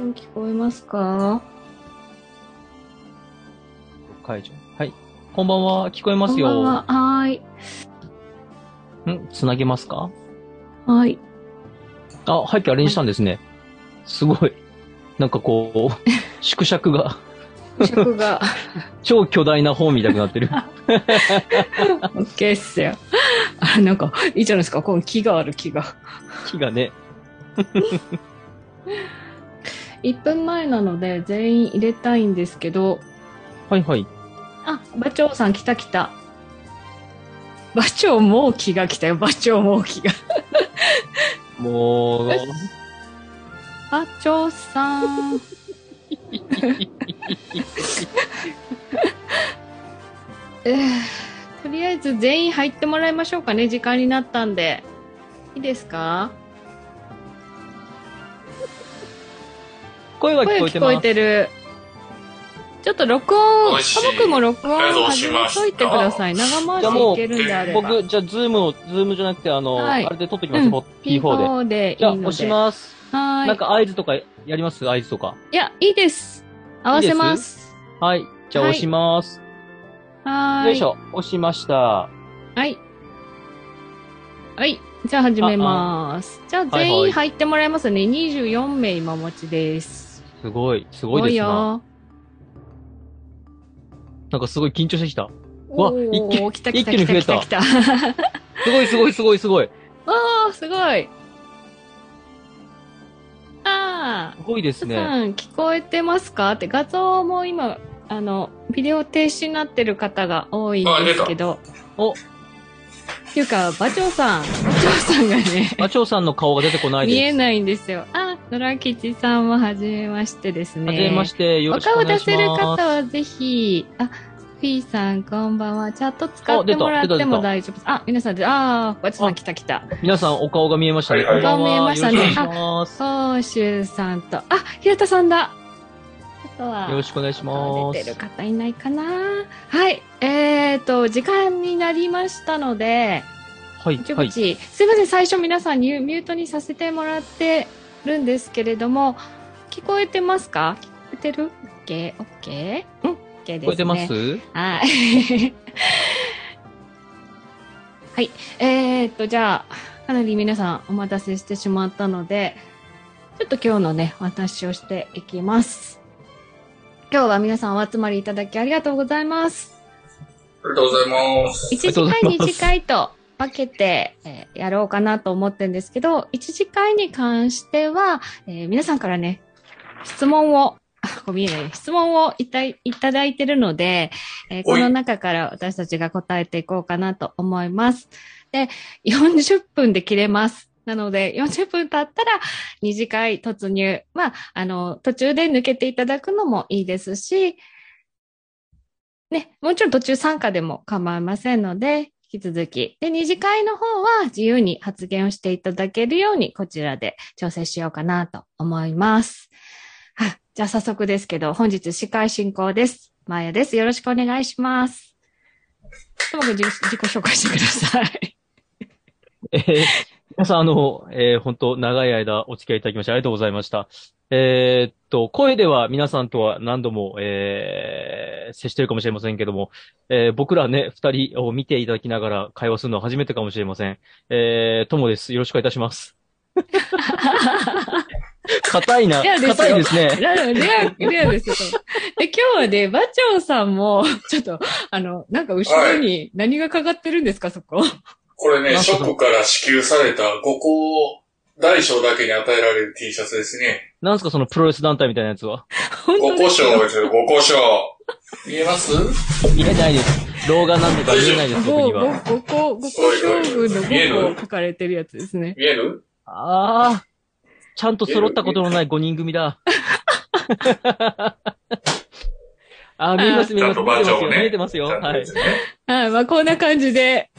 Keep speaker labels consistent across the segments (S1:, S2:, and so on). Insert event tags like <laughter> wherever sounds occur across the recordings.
S1: ん聞こえますか
S2: 解除。はい。こんばんは。聞こえます
S1: こんばん
S2: よ
S1: は。。はーい。
S2: んつなげますか
S1: はい。
S2: あ、背景あれにしたんですね。すごい。なんかこ
S1: <laughs>
S2: う、縮尺が、
S1: 尺
S2: <laughs>
S1: が
S2: 超巨大な本みたいに
S1: <laughs>
S2: なってる。
S1: OK っすよ。あれ、なんか、いいじゃないですか。この木がある木が。
S2: 木がね。
S1: 1分前なので全員入れたいんですけど、
S2: はいはい。
S1: あ、馬長さん来た来た。馬長もう木が来たよ。馬長もう木が。 <laughs>
S2: もう、
S1: 馬長さん。 <laughs> えーとりあえず全員入ってもらいましょうかね。時間になったんで。いいですか
S2: 声は
S1: 声
S2: 聞こえ
S1: 聞
S2: て
S1: こえ
S2: ます。
S1: てる。ちょっと録音、
S3: もし
S1: 家族も録音
S3: どう
S1: 始
S3: し
S1: め
S3: ま
S1: とい
S3: した
S1: てください。長回
S2: じゃあ
S1: し
S2: もう
S1: いけるんであれば。
S2: 僕、じゃあ、ズームを、ズームじゃなくて、あの、
S1: はい
S2: あれで撮ってきます、
S1: うん
S2: ポッ
S1: ピ
S2: P4 で。
S1: 4でいいので。
S2: じゃあ、押します。
S1: はーい。
S2: なんか合図とかやります合図とか。
S1: いや、いいです。合わせます。
S2: はい。じゃあ、
S1: はい
S2: 押します。
S1: はーい。
S2: よいし。ょ。押しました。
S1: はい。はい。じゃあ始めます。じゃあ全員入ってもらいますね。24名今お持ちです。
S2: すごい、すごいですな。
S1: よ。
S2: なんかすごい緊張してきた。
S1: お
S2: うわ一
S1: ー、来た来た
S2: 一気
S1: 来
S2: に増
S1: た
S2: え
S1: 来た
S2: た
S1: 来た。わ
S2: すごい、すごい、すごい、すごい。
S1: ー、すごい。あー
S2: す。ごいです
S1: す
S2: ね。
S1: さん、聞こえてますかって画像も今、あの、ビデオ停止になってる方が多いんですけど。
S2: お
S1: っていうか、馬長さん、馬長さんがね、
S2: 馬長さんの顔が出てこないです。
S1: 見えないんですよ。あ、野良吉さんは初めましてですね。
S2: はじめまして、よろしくお
S1: お顔出
S2: 願いし
S1: せる
S2: ま
S1: 方
S2: す。
S1: はぜひ、あ、フィーさんこんばんは。チャット使っ
S2: あ出
S1: て
S2: た
S1: もらって
S2: 出た出
S1: も
S2: た
S1: 大丈夫です。あ、皆さんで、あー、バチさん来た来た。
S2: 皆さん、お顔が見えましたね。
S3: はいはい
S2: こんばんは
S1: お顔見えましたね
S2: よろしくお願いします。
S1: そう、シュウさんと、あ、平田さんだ。あとは、
S2: よろしくお願いしま
S1: 出てる
S2: す。
S1: 方いないかなはい。えーと、時間になりましたので、
S2: はい、
S1: 一
S2: はい。
S1: 口、すいません、最初皆さんにミュートにさせてもらってるんですけれども、聞こえてますか聞こえてる ?OK、OK? うん、OK です、ね。聞
S2: 聞こえてます
S1: はい。 <laughs> はい。えー、っと、じゃあ、かなり皆さんお待たせしてしまったので、ちょっと今日のね、お話をしていきます。今日は皆さんお集まりいただきありがとうございます。
S3: ありがとうございます。
S1: 1次会、
S2: ありがとうございます
S1: 2次会と分けて、えーやろうかなと思ってるんですけど、1次会に関しては、えー皆さんからね、質問を、 <laughs> あ、こう見えない。質問をいたいただいてるので、えー
S3: お
S1: こ
S3: い
S1: の中から私たちが答えていこうかなと思います。で、40分で切れます。なので、40分経ったら、二次会突入。まあ、あの、途中で抜けていただくのもいいですし、ね、もちろん途中参加でも構いませんので、引き続き。で、二次会の方は自由に発言をしていただけるように、こちらで調整しようかなと思います。はい。じゃあ早速ですけど、本日司会進行です。マーヤです。よろしくお願いします。ともかく自自己紹介してください。
S2: えー皆さん、あの、えー、本当長い間お付き合いいただきましてありがとうございました。えーっと、声では皆さんとは何度も、えー、接してるかもしれませんけども、えー、僕らね、二人を見ていただきながら会話するのは初めてかもしれません。えー、ともです。よろしくお願いいた
S1: <laughs>
S2: します。硬いな。
S1: いやですよ
S2: 硬いですね。
S1: レア、レアですよ。で、今日はね、馬長さんも、ちょっと、あの、なんか後ろに何がかかってるんですか、そこ。
S3: これね、
S2: なん
S3: シ
S2: か
S3: ョップから支給された5個大賞だけに与えられる T シャツですね。
S2: なんすかそのプロレス団体みたいなやつは。
S1: 本
S3: 5
S1: 当で
S3: 個
S1: す
S3: 賞
S1: よ
S3: ですよ、5個賞。見えます
S2: 見えないです。老眼なんとか見えないです、僕
S1: 五
S2: には。
S1: 五個、五個将軍の五個書かれてるやつですね。
S3: 見える
S2: ああ、ちゃんと揃ったことのない5人組だ。 <laughs> あー、見えます、見えます。見えてますよ、見えてますよ。はい。
S1: はい、まあこんな感じで、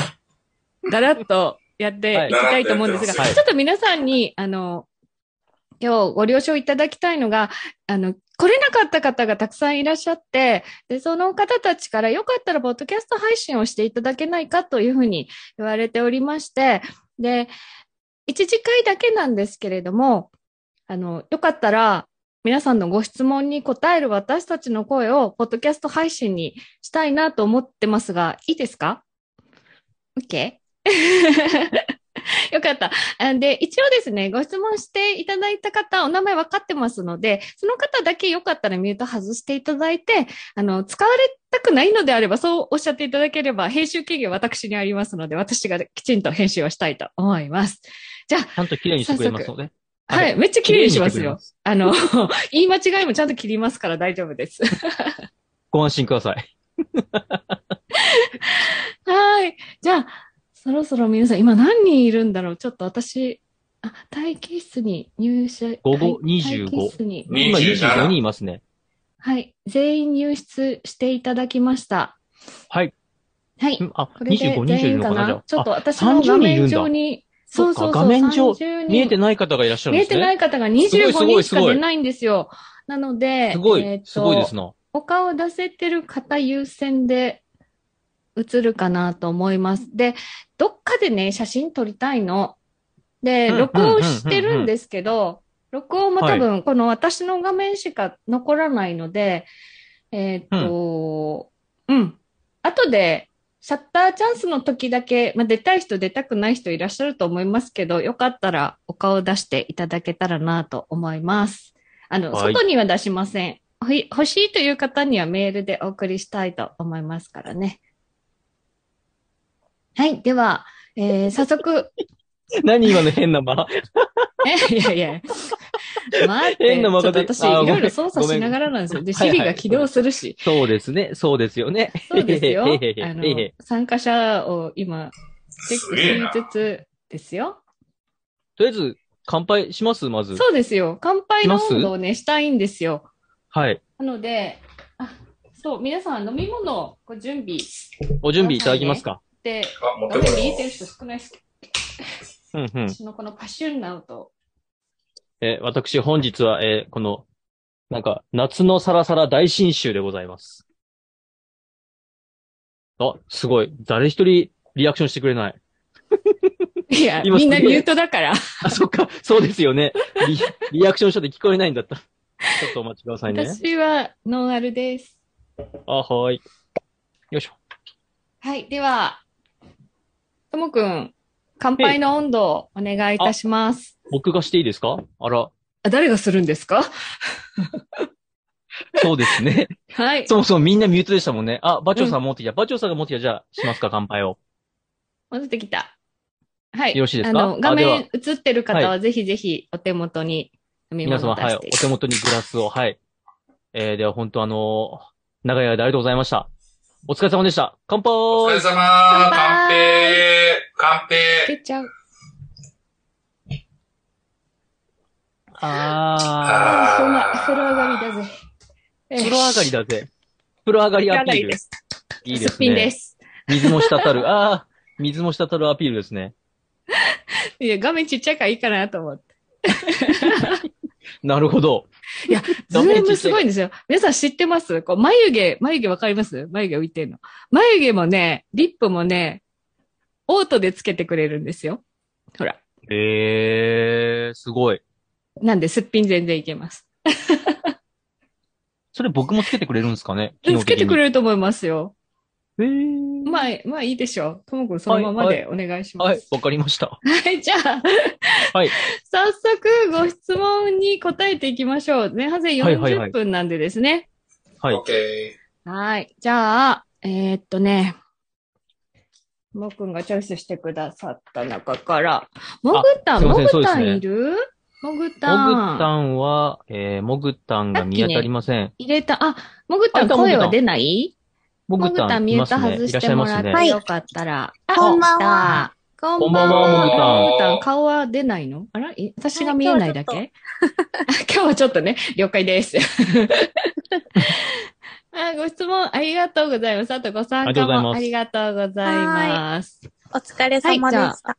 S1: だらっとやっていきたいと思うんですが、
S2: はい
S1: ちょっと皆さんに、あの、今日ご了承いただきたいのが、あの、来れなかった方がたくさんいらっしゃって、で、その方たちからよかったら、ポッドキャスト配信をしていただけないかというふうに言われておりまして、で、一次会だけなんですけれども、あの、よかったら、皆さんのご質問に答える私たちの声を、ポッドキャスト配信にしたいなと思ってますが、いいですか ?OK? <laughs> よかった。あで、一応ですね、ご質問していただいた方、お名前分かってますので、その方だけよかったらミュート外していただいて、あの、使われたくないのであれば、そうおっしゃっていただければ、編集権限私にありますので、私がきちんと編集をしたいと思います。
S2: ちゃんと綺麗にしてくれますので。
S1: はい、
S2: は
S1: めっちゃ綺麗にします
S2: 綺麗にしてくれ
S1: よ
S2: ま。
S1: あの、 <laughs> 言い間違いもちゃんと切りますから大丈夫です。
S2: ご安心ください。
S1: はい。じゃあ、そろそろ皆さん、今何人いるんだろうちょっと私、あ、待機室に入社、
S2: 午後
S1: はい
S2: 25
S1: 待機室に。
S2: 今25人いますね。
S1: はい。全員入室していただきました。
S2: はい。
S1: はい。
S2: んあ、
S1: これで
S2: 25人以上
S1: 全
S2: いる
S1: 員
S2: の
S1: か
S2: かなじゃ
S1: な
S2: あ
S1: ちょっと
S2: あ
S1: 私の画
S2: 30人いる
S1: 面
S2: んだ
S1: 上に、そうそうそう、
S2: 画面上
S1: 30人
S2: 見えてない方がいらっしゃる
S1: 見
S2: んで
S1: え
S2: すね。
S1: てない方が
S2: すご
S1: 25
S2: いすご
S1: 人
S2: い
S1: し
S2: す
S1: か
S2: ごい
S1: 出ないんですよ。なので、
S2: すご
S1: えー
S2: い
S1: っ、と
S2: すごいですな。
S1: お顔を出せてる方優先で映るかなと思います。で、どっかでね、写真撮りたいの。で、
S2: うん
S1: 録音してるんですけど、録音も多分、この私の画面しか残らないので、えーっと、うん。後で、シャッターチャンスの時だけ、まあ、出たい人出たくない人いらっしゃると思いますけど、よかったらお顔出していただけたらなと思います。あの、
S2: はい
S1: 外には出しません。ほい欲しいという方にはメールでお送りしたいと思いますからね。はい。では、
S2: <laughs>
S1: えー、早速、
S2: 何今の変な間。
S1: え、いやいや。待って、
S2: 変
S1: ち
S2: な
S1: ょっと
S2: 間が出
S1: 私、い
S2: あーごめん
S1: ろいろ操作しながらなんですよ。で、シリが起動するし。
S2: そうですね。そうですよね。
S1: そうですよ。
S2: <laughs> へへへへ
S1: あの
S2: へへ、
S1: 参加者を今、チェッ
S3: す
S1: ク
S3: げえ
S1: し
S3: な。
S1: つつですよ。
S2: とりあえず、乾杯しますまず。
S1: そうですよ。乾杯の
S2: します
S1: 温度をね、したいんですよ。
S2: はい。
S1: なので、あ、そう、皆さん飲み物をご準備し
S2: お準備いただきますか。
S1: て、
S3: あ、持っ
S1: 画
S3: てこ
S1: 面見
S3: い
S1: えてる人少ないですけど、
S2: うんうん。
S1: 私のこのパシュンな <laughs> 音。
S2: えー私、本日は、えーこの、なんか、夏のサラサラ大新集でございます。あ、すごい。誰一人リアクションしてくれない。
S1: いや、
S2: 今
S1: みんな
S2: すげえ
S1: ミュートだから。
S2: あ、そっか。そうですよね。リリアクションして聞こえないんだった。ちょっとお待ちください
S1: <laughs>
S2: ね。
S1: 私はノンアルです。
S2: あ、はーい。よいしょ。
S1: はい、では、ともくん、乾杯の温度をお願いいたします。
S2: 僕がしていいですかあら、
S1: あ誰がするんですか
S2: そうですね。 <laughs>
S1: はい。
S2: そもそもみんなミュートでしたもんね。あ、バチョさん持ってきた。バチョさんが持ってきた。じゃあ、しますか、乾杯を。
S1: 戻ってきた。はい。
S2: よろしいですか
S1: あの、画
S2: あで
S1: 面映ってる方はぜひぜひお手元に飲み
S2: 皆
S1: 物
S2: 様、
S1: を出
S2: はい。
S1: し
S2: お
S1: て。
S2: 手元にグラスを、はい。えー、では、本当あのー長い間ありがとうございました。お疲れ様でした。乾杯
S3: お疲れ様
S1: 乾杯
S3: 乾杯乾杯
S1: 出ちゃう。
S2: あ
S1: あー、うま
S3: あー
S1: い。風呂上がりだぜ。え
S2: ー、風呂上がりだぜ。風呂上がりアピール。
S1: です。
S2: いいですすね。
S1: っぴんです。
S2: 水も滴る。ああ、水も滴るアピールですね。
S1: いや、画面ちっちゃいからいいかなと思って。
S2: なるほど。
S1: ズームすごいんですよ。皆さん知ってますこう、眉毛、眉毛わかります眉毛浮いてんの。眉毛もね、リップもね、オートでつけてくれるんですよ。ほら。
S2: ええー、すごい。
S1: なんで、すっぴん全然いけます。
S2: それ僕もつけてくれるんですかね機能
S1: つけ
S2: 的
S1: て
S2: に。
S1: くれると思いますよ。
S2: えー、
S1: まあ、まあいいでしょう。ともくんそのままでお願いしま
S2: はい
S1: す。、
S2: わかりました。
S1: はい、じゃあ、
S2: はい
S1: 早速ご質問に答えていきましょう。前半戦
S2: はいはいは
S1: 40
S2: い
S1: 分なんでですね。
S2: はい
S3: オッケ
S1: はいじゃあ、えーっとね、もくんがチョイスしてくださった中から、もぐた
S2: あ
S1: ん、
S2: すい
S1: も
S2: ません
S1: ぐた
S2: そうです
S1: ん
S2: ね
S1: いるもぐた
S2: モグタ
S1: ん。
S2: ンは、えー、モグタンが見当たりません。
S1: 入れた、あ、もぐたん
S2: あいたもぐた
S1: 声
S2: ん
S1: は出ない
S2: モ
S1: も
S2: グ
S1: ぐ
S2: タ
S1: たん
S2: ンい
S1: ミュー
S2: ます
S1: ト
S2: ね。
S1: 外
S2: いら
S1: し
S2: っしゃ
S1: て
S2: い
S1: も
S2: ます
S1: らっ
S2: ね。
S1: てよかったら。あ
S4: こんばんは
S1: 来たこん
S2: こん
S1: ば
S2: ば
S1: ん
S2: ん
S1: は。
S2: は
S1: も
S2: も
S1: ぐ
S2: ぐ
S1: た
S2: た
S1: ん
S2: ん。
S1: 顔は出ないのあらい私が
S4: はい
S1: 見えないだけ <laughs> 今日はちょっとね、了解 <laughs> です。あご質問ありがとうございます。あとご参加もあ
S2: あ
S1: り
S2: り
S1: がとうございます。
S4: お疲れ様でした。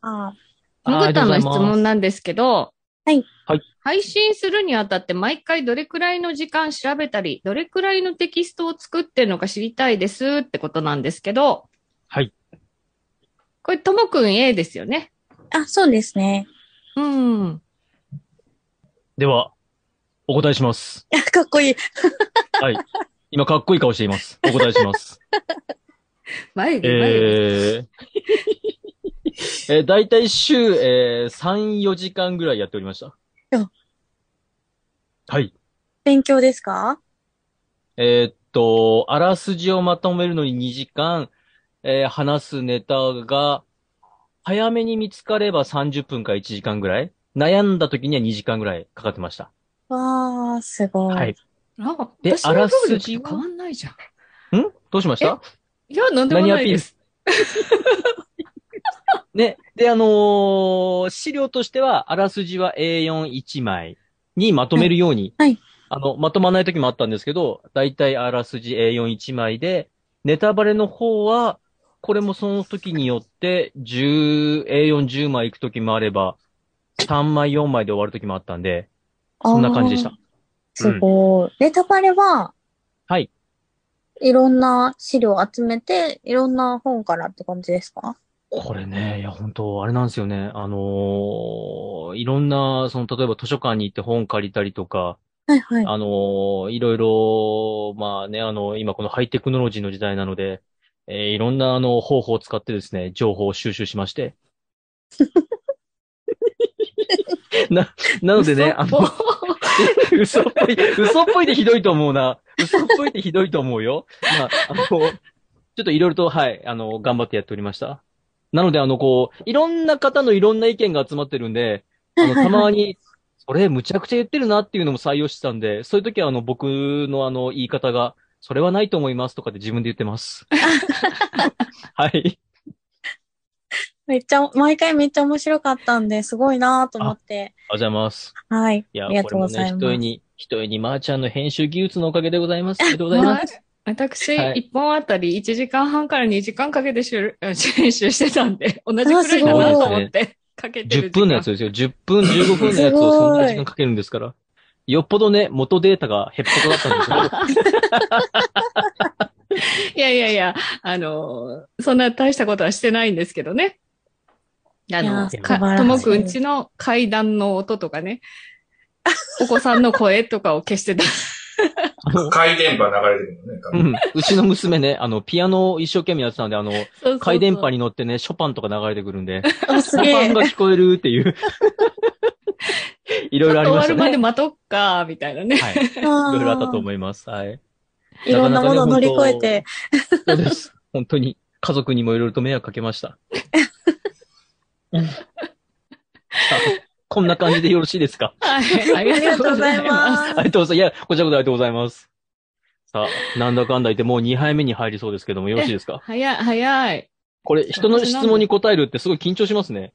S1: もぐたんの質問なんですけど、
S4: はい
S2: はい。
S1: 配信するにあたって毎回どれくらいの時間調べたり、どれくらいのテキストを作ってるのか知りたいですってことなんですけど、
S2: はい。
S1: これ、ともくん A ですよね。
S4: あ、そうですね。
S1: うん。
S2: では、お答えします。
S4: <laughs> かっこいい。
S2: はい。今、かっこいい顔しています。お答え
S1: <laughs>
S2: します。
S1: 眉毛、眉毛。
S2: えー、 <laughs> えー、だいたい週、えー、3、4時間ぐらいやっておりました
S4: あ。
S2: はい。
S4: 勉強ですか
S2: えーっと、あらすじをまとめるのに2時間、えー話すネタが、早めに見つかれば30分から1時間ぐらい、悩んだ時には2時間ぐらいかかってました。
S4: わー、すごい。
S2: はい。
S1: あ、
S2: で
S1: 私の努
S2: あら
S1: 力
S2: すじ
S1: と
S2: は
S1: 変わんないじゃん。
S2: んどうしました
S1: いや、なんでも
S2: 何ア
S1: ない
S2: ピー
S1: で
S2: ル
S1: す。
S2: ね。で、あのー資料としては、あらすじは A41 枚にまとめるように。
S4: はいはい
S2: あの、まとまらない時もあったんですけど、だいたいあらすじ A41 枚で、ネタバレの方は、これもその時によって、10、A40 枚いく時もあれば、3枚、4枚で終わる時もあったんで、
S4: あー
S2: そんな感じでした。。
S4: すごい。ネタバレは、
S2: はい。
S4: いろんな資料集めて、いろんな本からって感じですか
S2: これね、いや、本当あれなんですよね。あのーいろんな、その、例えば図書館に行って本借りたりとか、
S4: はいはい。
S2: あのーいろいろ、まあね、あの、今このハイテクノロジーの時代なので、えーいろんなあの方法を使ってですね、情報を収集しま <laughs> して。な、なのでね、あの、嘘っぽい、嘘っぽいでひどいと思うな。嘘っぽいでひどいと思うよ。まあ、あの、ちょっといろいろと、はい、あの、頑張ってやっておりました。なので、あの、こう、いろんな方のいろんな意見が集まってるんで、あの、たまに、それ、むちゃくちゃ言ってるなっていうのも採用してたんで、そういう時は、あの、僕のあの、言い方が、それはないと思いますとかって自分で言ってます。はい。
S4: <laughs> めっちゃ、毎回めっちゃ面白かったんで、すごいなーと思っ
S2: あ
S4: て。
S2: りがとうございます。 <laughs>
S4: はい。
S2: い
S4: あ
S2: や、
S4: りが
S2: ことれ
S4: うご
S2: も
S4: ざ
S2: ね、
S4: い
S2: ひ
S4: ま
S2: とえ
S4: す。
S2: に、ひとえにまーちゃんの編集技術のおかげでございます。ありがとうございます。
S1: はい私、
S2: はい
S1: 1本あたり1時間半から2時間かけて収録編集してたんで、同じくらいだなと思って、かけてる
S2: 10
S1: 時間。
S2: 分のやつですよ。10分、15分のやつをそんな時間かけるんですから。よっぽどね、元データがヘッポコだったんですよ。
S1: いやいやいや、あの、そんな大したことはしてないんですけどね。あ
S4: いや
S1: の、
S2: 素
S4: ー晴ら
S1: か
S4: しい
S1: ともくんちの階段の音とかね、お子さんの声とかを消してた。
S3: 回電波流れてるのね多
S2: う
S3: 分。
S2: ん。うちの娘ね、あの、ピアノを一生懸命やってたんで、あの、
S1: そうそうそう
S2: 回電波に乗ってね、ショパンとか流れてくるんで、シ
S4: あ、す
S2: ョ
S4: げ
S2: パン
S4: え。
S2: が聞こえるっ
S1: <laughs>
S2: ていう。いろいろあり
S1: 終
S2: ま
S1: わ
S2: した
S1: るまで
S2: ね。
S1: 待とっか、みたいなね。
S2: はい。い
S4: い
S2: ろいろあったと
S4: う。
S2: 思います。はい。
S4: いろんなものを乗り越えて。
S2: そうです。本当に。家族にもいろいろと迷惑かけました。うんさあこんな感じでよろしいですか
S1: はい。
S2: <laughs>
S1: あ。
S4: ありがとうございますす
S2: あ。りがとうございます。いや、こちらこそありがとうございます。さあ、なんだかんだ言ってもう2杯目に入りそうですけども、よろしいですか
S1: 早い、早い。
S2: これ、人の質問に答えるってすごい緊張しますね。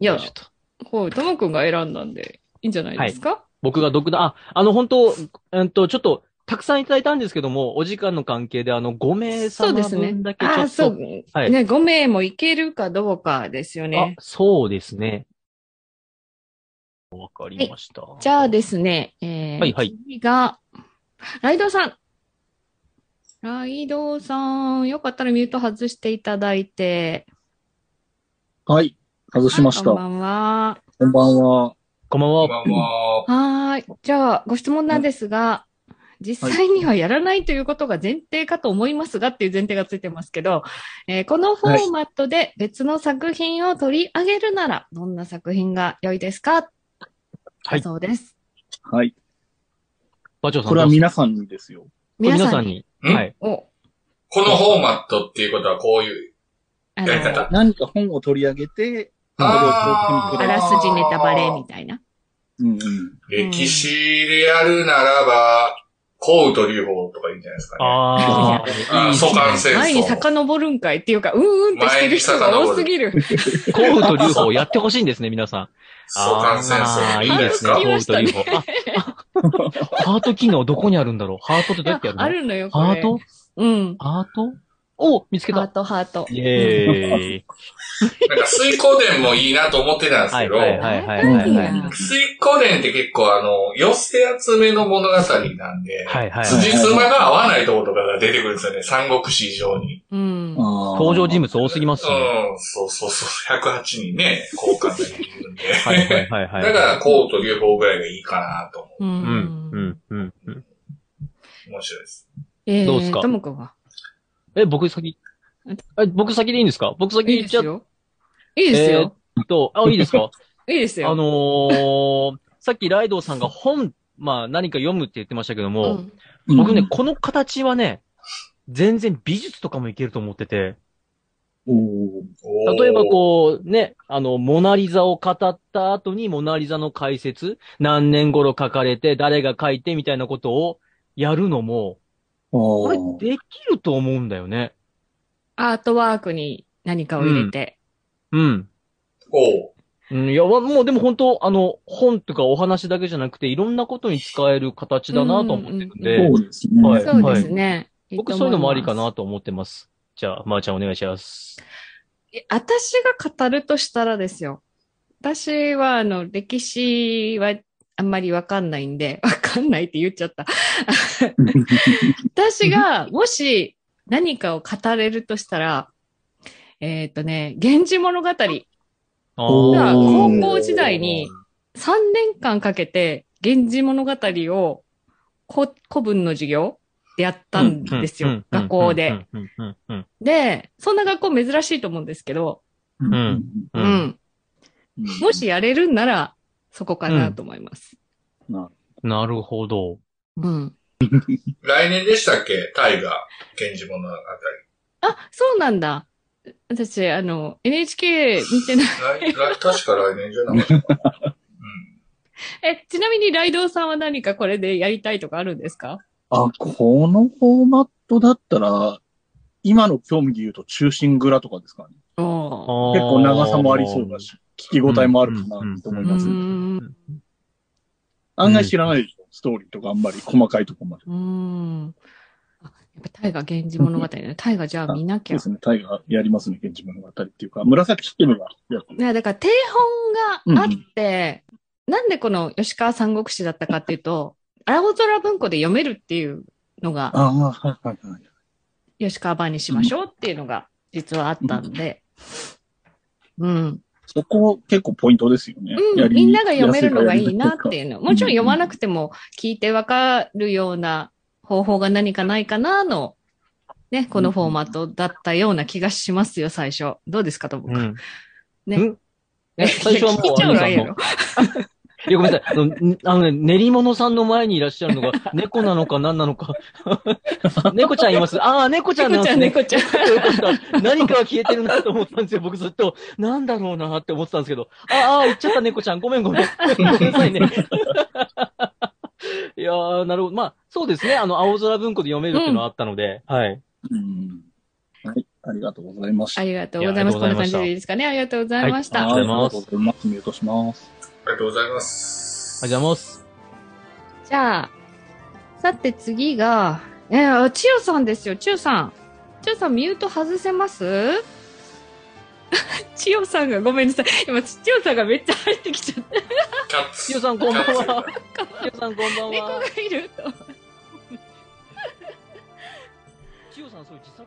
S1: いや
S2: ちょ、っと
S1: こう、ともくんが選んだんで、いいんじゃないですか、
S2: 僕が独断、あ、あの、本当うんと、ちょっと、たくさんいただいたんですけども、お時間の関係で、あの、5名
S1: そ
S2: 様
S1: うですね
S2: 分だけちょっと。
S1: ああ、そう。
S2: はい
S1: ね、5名もいけるかどうかですよね
S2: あ。そうですね。わかりました。
S1: じゃあですね、えー、
S2: はいはい
S1: 次が、ライドウさん。ライドウさん、よかったらミュート外していただいて。
S5: はい。外しました。
S1: はいこんばんは。
S5: こんばんは。
S2: こんばん
S3: こ
S2: は。
S3: んばんは。
S1: はーい。じゃあ、ご質問なんですが、実際にはやらないということが前提かと思いますがっていう前提がついてますけど、えーこのフォーマットで別の作品を取り上げるなら、どんな作品が良いですか
S2: はい
S1: そうです。
S5: はい。
S2: 馬長さん。
S5: これは
S2: どうぞ
S5: 皆さんにですよ。
S1: 皆
S2: 皆
S1: さ
S2: さ
S1: ん
S2: ん
S1: に。
S2: に。
S3: うん
S2: はい。
S1: お、
S3: このフォーマットっていうことはこういう
S1: あ
S3: やり方。
S5: 何か本を取り上げて、それを
S3: あー
S1: あらすじネタバレみたいな。
S5: うんうん。
S3: 歴史でやるならば、降雨と流法とかいいんじゃないですかね。
S2: ああ、い
S3: あー
S2: い
S3: 蘇韓戦争。
S1: 前に遡るんかいっていうか、うんうんってしてる人が多すぎる。
S2: コウと流法やってほしいんですね、皆さん。
S3: 蘇韓戦
S2: あ
S3: 争。
S2: ーいいですね、
S1: あ
S2: コ
S1: ー
S2: ウと流法。あ、あハート機能どこにあるんだろうハートってどうやってやるの
S1: あるのよ、これ。
S2: ハート
S1: うん。
S2: ハートお見つけ
S1: ハー
S2: た。
S1: ト、ハート。
S2: イェーイ。
S3: なんか水光伝もいいなと思ってたんです
S2: は
S3: け
S2: い
S3: ど、
S2: はいはいはいはいはい。
S1: うん
S3: 水光伝って結構あの、寄せ集めの物語なんで、
S2: はいはい。
S3: 辻褄が合わないところとかが出てくるんですよね。三国史以上に。
S1: うん。
S5: 登
S2: 登場人物多すぎますね。
S3: うん、そうそうそう。108人ね、交換できるんで。
S2: はいはいはいはい。
S3: だから、こうと流行ぐらいがいいかなと思
S1: う
S2: うんん、う。ん、うん、うん。
S3: う。面白いです。
S1: えー、
S2: どうですか
S1: ともくんは。
S2: え、僕先
S1: え。
S2: え、僕先でいいんですか僕先
S1: いい
S2: 言
S1: で
S2: っ
S1: す
S2: ちゃっ
S1: よ。いいですよ。
S2: と、あ、いいですか
S1: いいです
S2: あ
S1: よ。
S2: のー、さっきライドウさんが本、まあ何か読むって言ってましたけど
S1: う
S2: も、
S1: ん
S2: 僕
S5: う
S2: ね
S5: ん、
S2: この形はね、全然美術とかもいけると思ってて、
S5: おー
S3: おー
S2: 例えばこう、ね、あの、モナリザを語った後にモナリザの解説、何年頃書かれて、誰が書いてみたいなことをやるのも、
S5: あ
S2: これ
S5: ー
S2: できると思うんだよね。
S1: アートワークに何かを入れて。
S2: うん。
S3: おう
S2: うん、いや、わもうでも本当、あの、本とかお話だけじゃなくて、いろんなことに使える形だなと思ってるんで、
S5: そうですね。
S2: はい
S1: そうですね。いい
S2: 僕
S1: と思
S2: そういうのもありか
S1: ま
S2: な
S1: す。
S2: と思ってます。じゃあ、まー、ちゃんお願いします。
S1: え私が語るとしたらですよ。私は、あの、歴史はあんまりわかんないんで、わかんないって言っちゃった。私が、もし何かを語れるとしたら、えっ、とね、源氏物語。
S2: あ
S5: おー
S1: が
S5: お
S1: 高
S5: ー
S1: 校時代に3年間かけて、源氏物語をこ古文の授業でやったんですよ、学校で。。
S2: うんうんうんうん
S1: で、そんな学校珍しいと思うんですけど、
S5: う
S1: <laughs>
S2: う
S5: ん
S1: うんん。
S2: うんうん
S1: もし、やれるんなら、そこかなと思います。
S2: なるほど。
S1: うん。
S3: 来年でしたっけタイガー、源氏物語。
S1: あ、そうなんだ。私、あの、NHK 見てない。
S3: 来、来、確か来年じゃなかったかな。
S1: <laughs> え、ちなみにライドウさんは何かこれでやりたいとかあるんですか
S5: あ、このフォーマットだったら、今の興味で言うと中心蔵とかですかね。
S1: お
S5: 結構長さもありそうだし、聞き応えもあるかなと思い
S1: ーう
S5: ます。
S1: ん。う
S5: 案外知らないでしょ、ストーリーとかあんまり細かいとこまで。
S1: ーん。あやっぱ大河源氏物語ね。大河じゃあ見なき
S5: そ
S1: ゃ
S5: うで。すね、タイガーやりますね、現地物語っていうか、紫式部がやる。
S1: いや、だから、定本があって、なんでこの吉川三国志だったかっていうと、荒尾空文庫で読めるっていうのが、
S5: ああ、はいはいはい。
S1: 吉川版にしましょうっていうのが、実はあったんで。うん。
S5: そこ結構ポイントですよね。
S1: う
S5: や
S1: ん。
S5: り
S1: みんなが読めるのがいいなっ
S5: や
S1: ていうの。もちろん読まなくても聞いてわかるような方法が何かないかなの、ね、このフォーマットだったような気がしますよ、最初。どうですかと僕。
S2: うん。
S1: ね
S2: ん。え、最初はも、
S1: いや聞いうちゃう
S2: あの
S1: の
S2: さ
S1: は
S2: ん
S1: ええ
S2: の
S1: よ。
S2: いや、ごめんなさい。あのんあのね、練り物さんの前にいらっしゃるのが、 <laughs> 猫なのか何なのか。 <laughs> 猫ちゃんいます。ああ、猫ちゃんなん
S1: 猫
S2: で
S1: ちゃ
S2: す
S1: ん、
S2: ね。
S1: 猫ちゃん。
S2: よかった。 <laughs> 何かは消えてるなと思ったんですよ。僕ずっと、なんだろうなって思ってたんですけど。ああ、行っちゃった猫ちゃん。ごめんごめん。ごめんなさいね。 <laughs> いやー、なるほど。まあ、そうですね。あの、青空文庫で読めるっていうのはあったので。はい。
S5: うんはい、ありがとうございました。
S1: ありがとうございます。
S2: い
S1: こ
S2: やあ
S1: ん
S2: り
S1: な感
S2: がとうございまし
S1: じ
S2: た
S1: でいいですかね。ありがとうございまし
S2: あ
S1: た。
S2: りがとうございます
S5: ありがとうございます。ミュートします。
S3: ありがとうございます。
S2: お邪魔します。
S1: じゃあ、さて次が、えー、千代さんですよ、千代さん。千代さん、ミュート外せます <laughs> 千代さんが、ごめんなさい。今、千代さんがめっちゃ入ってきちゃっ
S3: キャッツ。
S2: ひよさんこんばんは
S3: キャッ
S1: <laughs>
S2: ひ
S3: ツが
S2: よさんこんば
S1: た。
S2: ん
S1: 猫が
S2: は。
S1: いると。
S2: ひよさん、そういう自作ですか